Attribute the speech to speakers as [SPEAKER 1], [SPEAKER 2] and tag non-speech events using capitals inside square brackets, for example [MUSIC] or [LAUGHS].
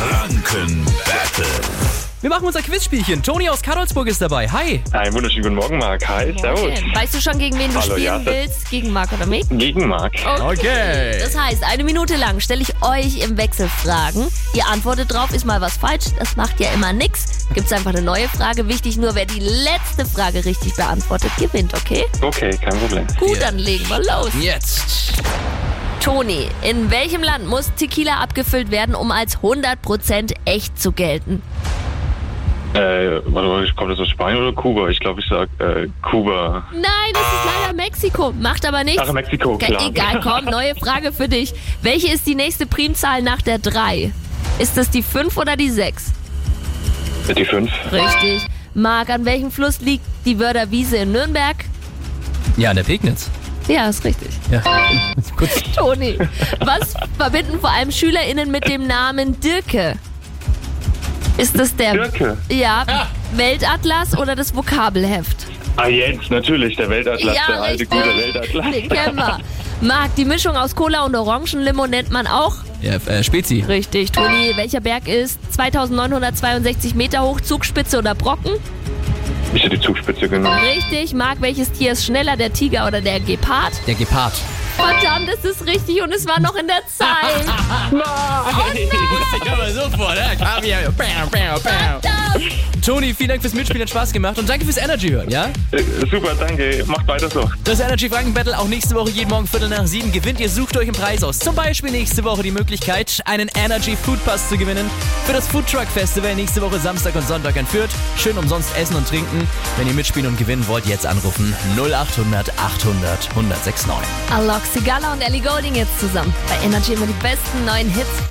[SPEAKER 1] Franken Battle.
[SPEAKER 2] Wir machen unser Quizspielchen. Toni aus Karolsburg ist dabei. Hi.
[SPEAKER 3] Einen wunderschönen guten Morgen, Marc. Hi, servus.
[SPEAKER 4] Okay. Weißt du schon, gegen wen du
[SPEAKER 3] Hallo,
[SPEAKER 4] spielen
[SPEAKER 3] Jaffe.
[SPEAKER 4] willst? Gegen Marc oder mich?
[SPEAKER 3] Gegen Marc.
[SPEAKER 4] Oh.
[SPEAKER 2] Okay.
[SPEAKER 4] Das heißt, eine Minute lang stelle ich euch im Wechsel Fragen. Ihr antwortet drauf, ist mal was falsch, das macht ja immer nix. Gibt's einfach eine neue Frage. Wichtig nur, wer die letzte Frage richtig beantwortet, gewinnt, okay?
[SPEAKER 3] Okay, kein Problem.
[SPEAKER 4] Gut,
[SPEAKER 2] Ja.
[SPEAKER 4] dann legen wir los.
[SPEAKER 2] Jetzt.
[SPEAKER 4] Toni, in welchem Land muss Tequila abgefüllt werden, um als 100% echt zu gelten?
[SPEAKER 3] Äh, warte mal, kommt das aus Spanien oder Kuba? Ich glaube, ich sag äh, Kuba.
[SPEAKER 4] Nein, das ist leider Mexiko. Macht aber nichts.
[SPEAKER 3] Ach, Mexiko,
[SPEAKER 4] Ge-
[SPEAKER 3] klar.
[SPEAKER 4] Egal, komm, neue Frage für dich. Welche ist die nächste Primzahl nach der 3? Ist es die 5 oder die 6?
[SPEAKER 3] Die 5.
[SPEAKER 4] Richtig. Marc, an welchem Fluss liegt die Wörder Wiese in Nürnberg?
[SPEAKER 2] Ja, in der Pegnitz.
[SPEAKER 4] Ja, ist richtig.
[SPEAKER 2] Ja. [LAUGHS] Kurz.
[SPEAKER 4] Toni, was verbinden vor allem SchülerInnen mit dem Namen Dirke? Ist das der
[SPEAKER 3] Dirke.
[SPEAKER 4] Ja, Weltatlas oder das Vokabelheft?
[SPEAKER 3] Ah, jetzt, natürlich, der Weltatlas,
[SPEAKER 4] ja,
[SPEAKER 3] der alte,
[SPEAKER 4] richtig.
[SPEAKER 3] gute Weltatlas.
[SPEAKER 4] Den kennen wir. Marc, die Mischung aus Cola und Orangenlimo nennt man auch
[SPEAKER 2] Ja, äh, Spezi.
[SPEAKER 4] Richtig, Toni. Welcher Berg ist 2962 Meter hoch, Zugspitze oder Brocken?
[SPEAKER 3] Ich hätte die Zugspitze genommen.
[SPEAKER 4] Richtig. Marc, welches Tier ist schneller, der Tiger oder der Gepard?
[SPEAKER 2] Der [LAUGHS] Gepard.
[SPEAKER 4] Verdammt, das ist richtig und es war noch in der
[SPEAKER 3] [LAUGHS]
[SPEAKER 4] Zeit.
[SPEAKER 2] Ich kam mal so vor, ne? Kam hier. Bam, bam, bam. Toni, vielen Dank fürs Mitspielen, hat Spaß gemacht und danke fürs Energy hören, ja?
[SPEAKER 3] Äh, super, danke. Macht weiter so.
[SPEAKER 2] Das Energy Franken Battle auch nächste Woche jeden Morgen Viertel nach sieben gewinnt. Ihr sucht euch einen Preis aus. Zum Beispiel nächste Woche die Möglichkeit, einen Energy Food Pass zu gewinnen. Für das Food Truck Festival nächste Woche Samstag und Sonntag in Fürth. Schön umsonst essen und trinken. Wenn ihr mitspielen und gewinnen wollt, jetzt anrufen. 0800 800 1069.
[SPEAKER 4] Alok Sigala und Ellie Golding jetzt zusammen. Bei Energy immer die besten neuen Hits.